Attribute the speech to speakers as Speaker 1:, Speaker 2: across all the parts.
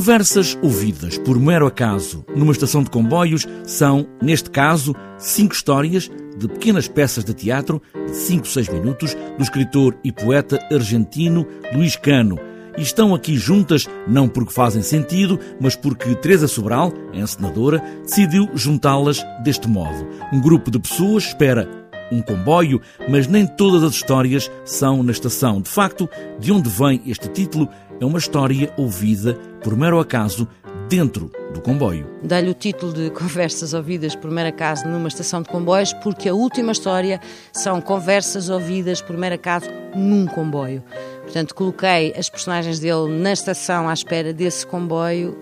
Speaker 1: Conversas ouvidas por mero acaso numa estação de comboios são, neste caso, cinco histórias de pequenas peças de teatro de 5, 6 minutos do escritor e poeta argentino Luís Cano. E estão aqui juntas não porque fazem sentido, mas porque Teresa Sobral, a encenadora, decidiu juntá-las deste modo. Um grupo de pessoas espera um comboio, mas nem todas as histórias são na estação. De facto, de onde vem este título é uma história ouvida por mero acaso dentro do comboio.
Speaker 2: Dei-lhe o título de Conversas Ouvidas por Mero Acaso numa estação de comboios, porque a última história são conversas ouvidas por mero acaso num comboio. Portanto, coloquei as personagens dele na estação à espera desse comboio.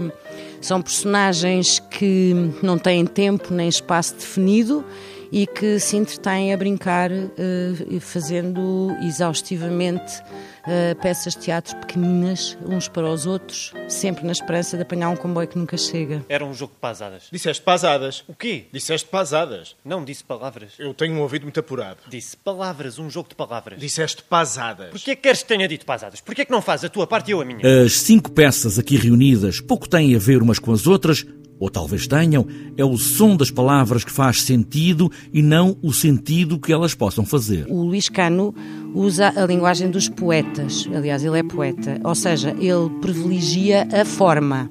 Speaker 2: Hum, são personagens que não têm tempo nem espaço definido e que se entretêm a brincar, eh, fazendo exaustivamente eh, peças de teatro pequeninas uns para os outros, sempre na esperança de apanhar um comboio que nunca chega.
Speaker 3: Era um jogo de pasadas.
Speaker 4: Disseste pasadas.
Speaker 3: O quê?
Speaker 4: Disseste pasadas.
Speaker 3: Não disse palavras.
Speaker 4: Eu tenho um ouvido muito apurado.
Speaker 3: Disse palavras, um jogo de palavras.
Speaker 4: Disseste pasadas.
Speaker 3: Porquê que queres que tenha dito pasadas? Porquê que não faz a tua parte e eu a minha?
Speaker 1: As cinco peças aqui reunidas pouco têm a ver umas com as outras, ou talvez tenham, é o som das palavras que faz sentido e não o sentido que elas possam fazer.
Speaker 2: O Luís Cano usa a linguagem dos poetas, aliás, ele é poeta, ou seja, ele privilegia a forma.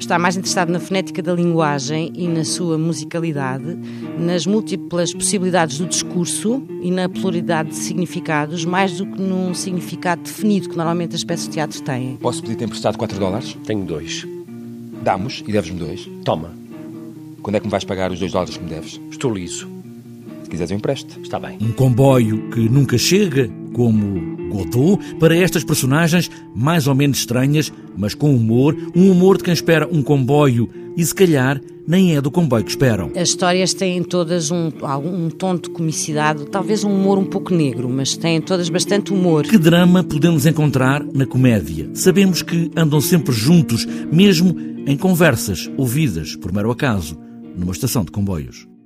Speaker 2: Está mais interessado na fonética da linguagem e na sua musicalidade, nas múltiplas possibilidades do discurso e na pluralidade de significados, mais do que num significado definido que normalmente as peças de teatro têm.
Speaker 5: Posso pedir-te emprestado 4 dólares?
Speaker 6: Tenho dois.
Speaker 5: Damos e deves-me dois.
Speaker 6: Toma,
Speaker 5: Quando é que me vais pagar os 2 dólares que me deves?
Speaker 6: estou liso.
Speaker 5: Se quiseres, eu empresto.
Speaker 6: Está bem.
Speaker 1: Um comboio que nunca chega, como Godot, para estas personagens mais ou menos estranhas, mas com humor, um humor de quem espera um comboio e se calhar nem é do comboio que esperam.
Speaker 2: As histórias têm todas um, algum um tom de comicidade, talvez um humor um pouco negro, mas têm todas bastante humor.
Speaker 1: Que drama podemos encontrar na comédia? Sabemos que andam sempre juntos, mesmo em conversas ouvidas por mero acaso, numa estação de comboios.